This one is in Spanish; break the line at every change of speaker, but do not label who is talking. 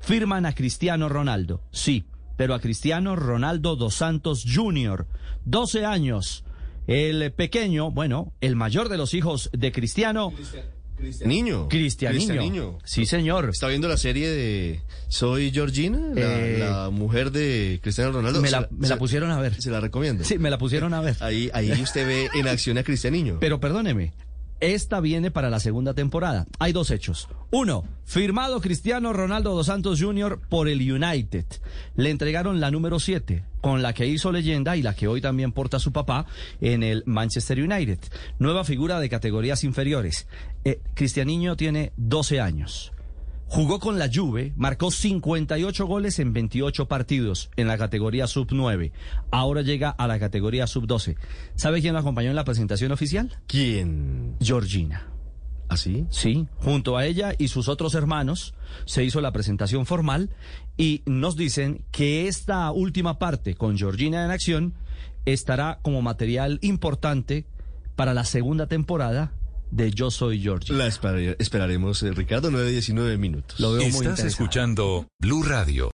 Firman a Cristiano Ronaldo, sí, pero a Cristiano Ronaldo dos Santos Jr., 12 años. El pequeño, bueno, el mayor de los hijos de Cristiano.
Niño.
Cristianiño.
Cristianiño.
Sí, señor.
¿Está viendo la serie de Soy Georgina? La,
Eh,
la mujer de Cristiano Ronaldo.
Me
Se
la, me la pusieron a ver.
Se la recomiendo.
Sí, me la pusieron a ver.
Ahí, ahí usted ve en acción a Cristianiño.
Pero perdóneme, esta viene para la segunda temporada. Hay dos hechos. Uno, firmado Cristiano Ronaldo dos Santos Jr. por el United. Le entregaron la número 7, con la que hizo leyenda y la que hoy también porta su papá en el Manchester United. Nueva figura de categorías inferiores. Eh, Cristianiño tiene 12 años. Jugó con la Juve, marcó 58 goles en 28 partidos en la categoría sub 9. Ahora llega a la categoría sub 12. ¿Sabe quién lo acompañó en la presentación oficial?
¿Quién? ¿Ah,
Georgina.
¿Así?
Sí, junto a ella y sus otros hermanos se hizo la presentación formal y nos dicen que esta última parte con Georgina en acción estará como material importante para la segunda temporada de Yo Soy Georgina.
la espera- esperaremos, eh, Ricardo, 9-19 minutos.
Lo veo muy
Estás
interesante.
escuchando Blue Radio.